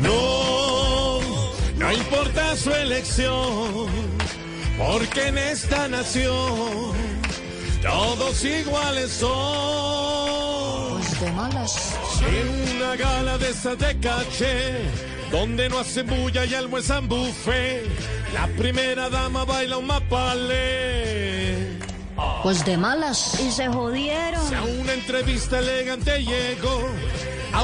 No, no importa su elección, porque en esta nación todos iguales son. Pues En una gala de esa de caché, donde no hace bulla y almuerzan buffet, la primera dama baila un mapalé. Pues de malas. Y se jodieron. A una entrevista elegante llegó a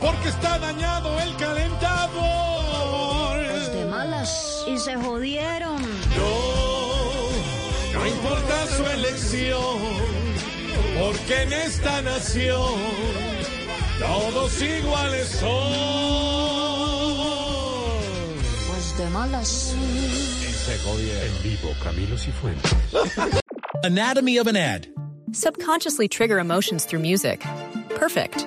porque está dañado el calentador. Pues De malas. Y se jodieron. No, no importa su elección, porque en esta nación todos iguales son. Pues de malas. Anatomy of an ad. Subconsciously trigger emotions through music. Perfect.